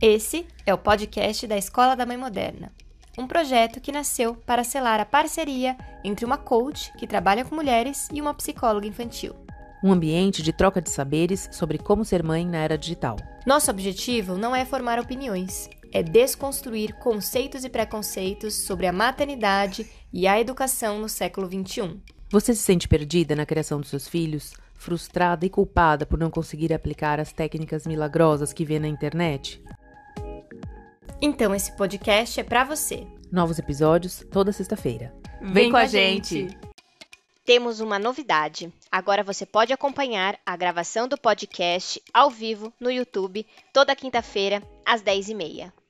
Esse é o podcast da Escola da Mãe Moderna, um projeto que nasceu para selar a parceria entre uma coach que trabalha com mulheres e uma psicóloga infantil. um ambiente de troca de saberes sobre como ser mãe na era digital. Nosso objetivo não é formar opiniões, é desconstruir conceitos e preconceitos sobre a maternidade e a educação no século um. XXI. Você se sente perdida na criação dos seus filhos? Frustrada e culpada por não conseguir aplicar as técnicas milagrosas que vê na internet? Então, esse podcast é para você. Novos episódios toda sexta-feira. Vem, com a gente. Temos uma novidade. Agora você pode acompanhar a gravação do podcast ao vivo no YouTube toda quinta-feira às 10h30.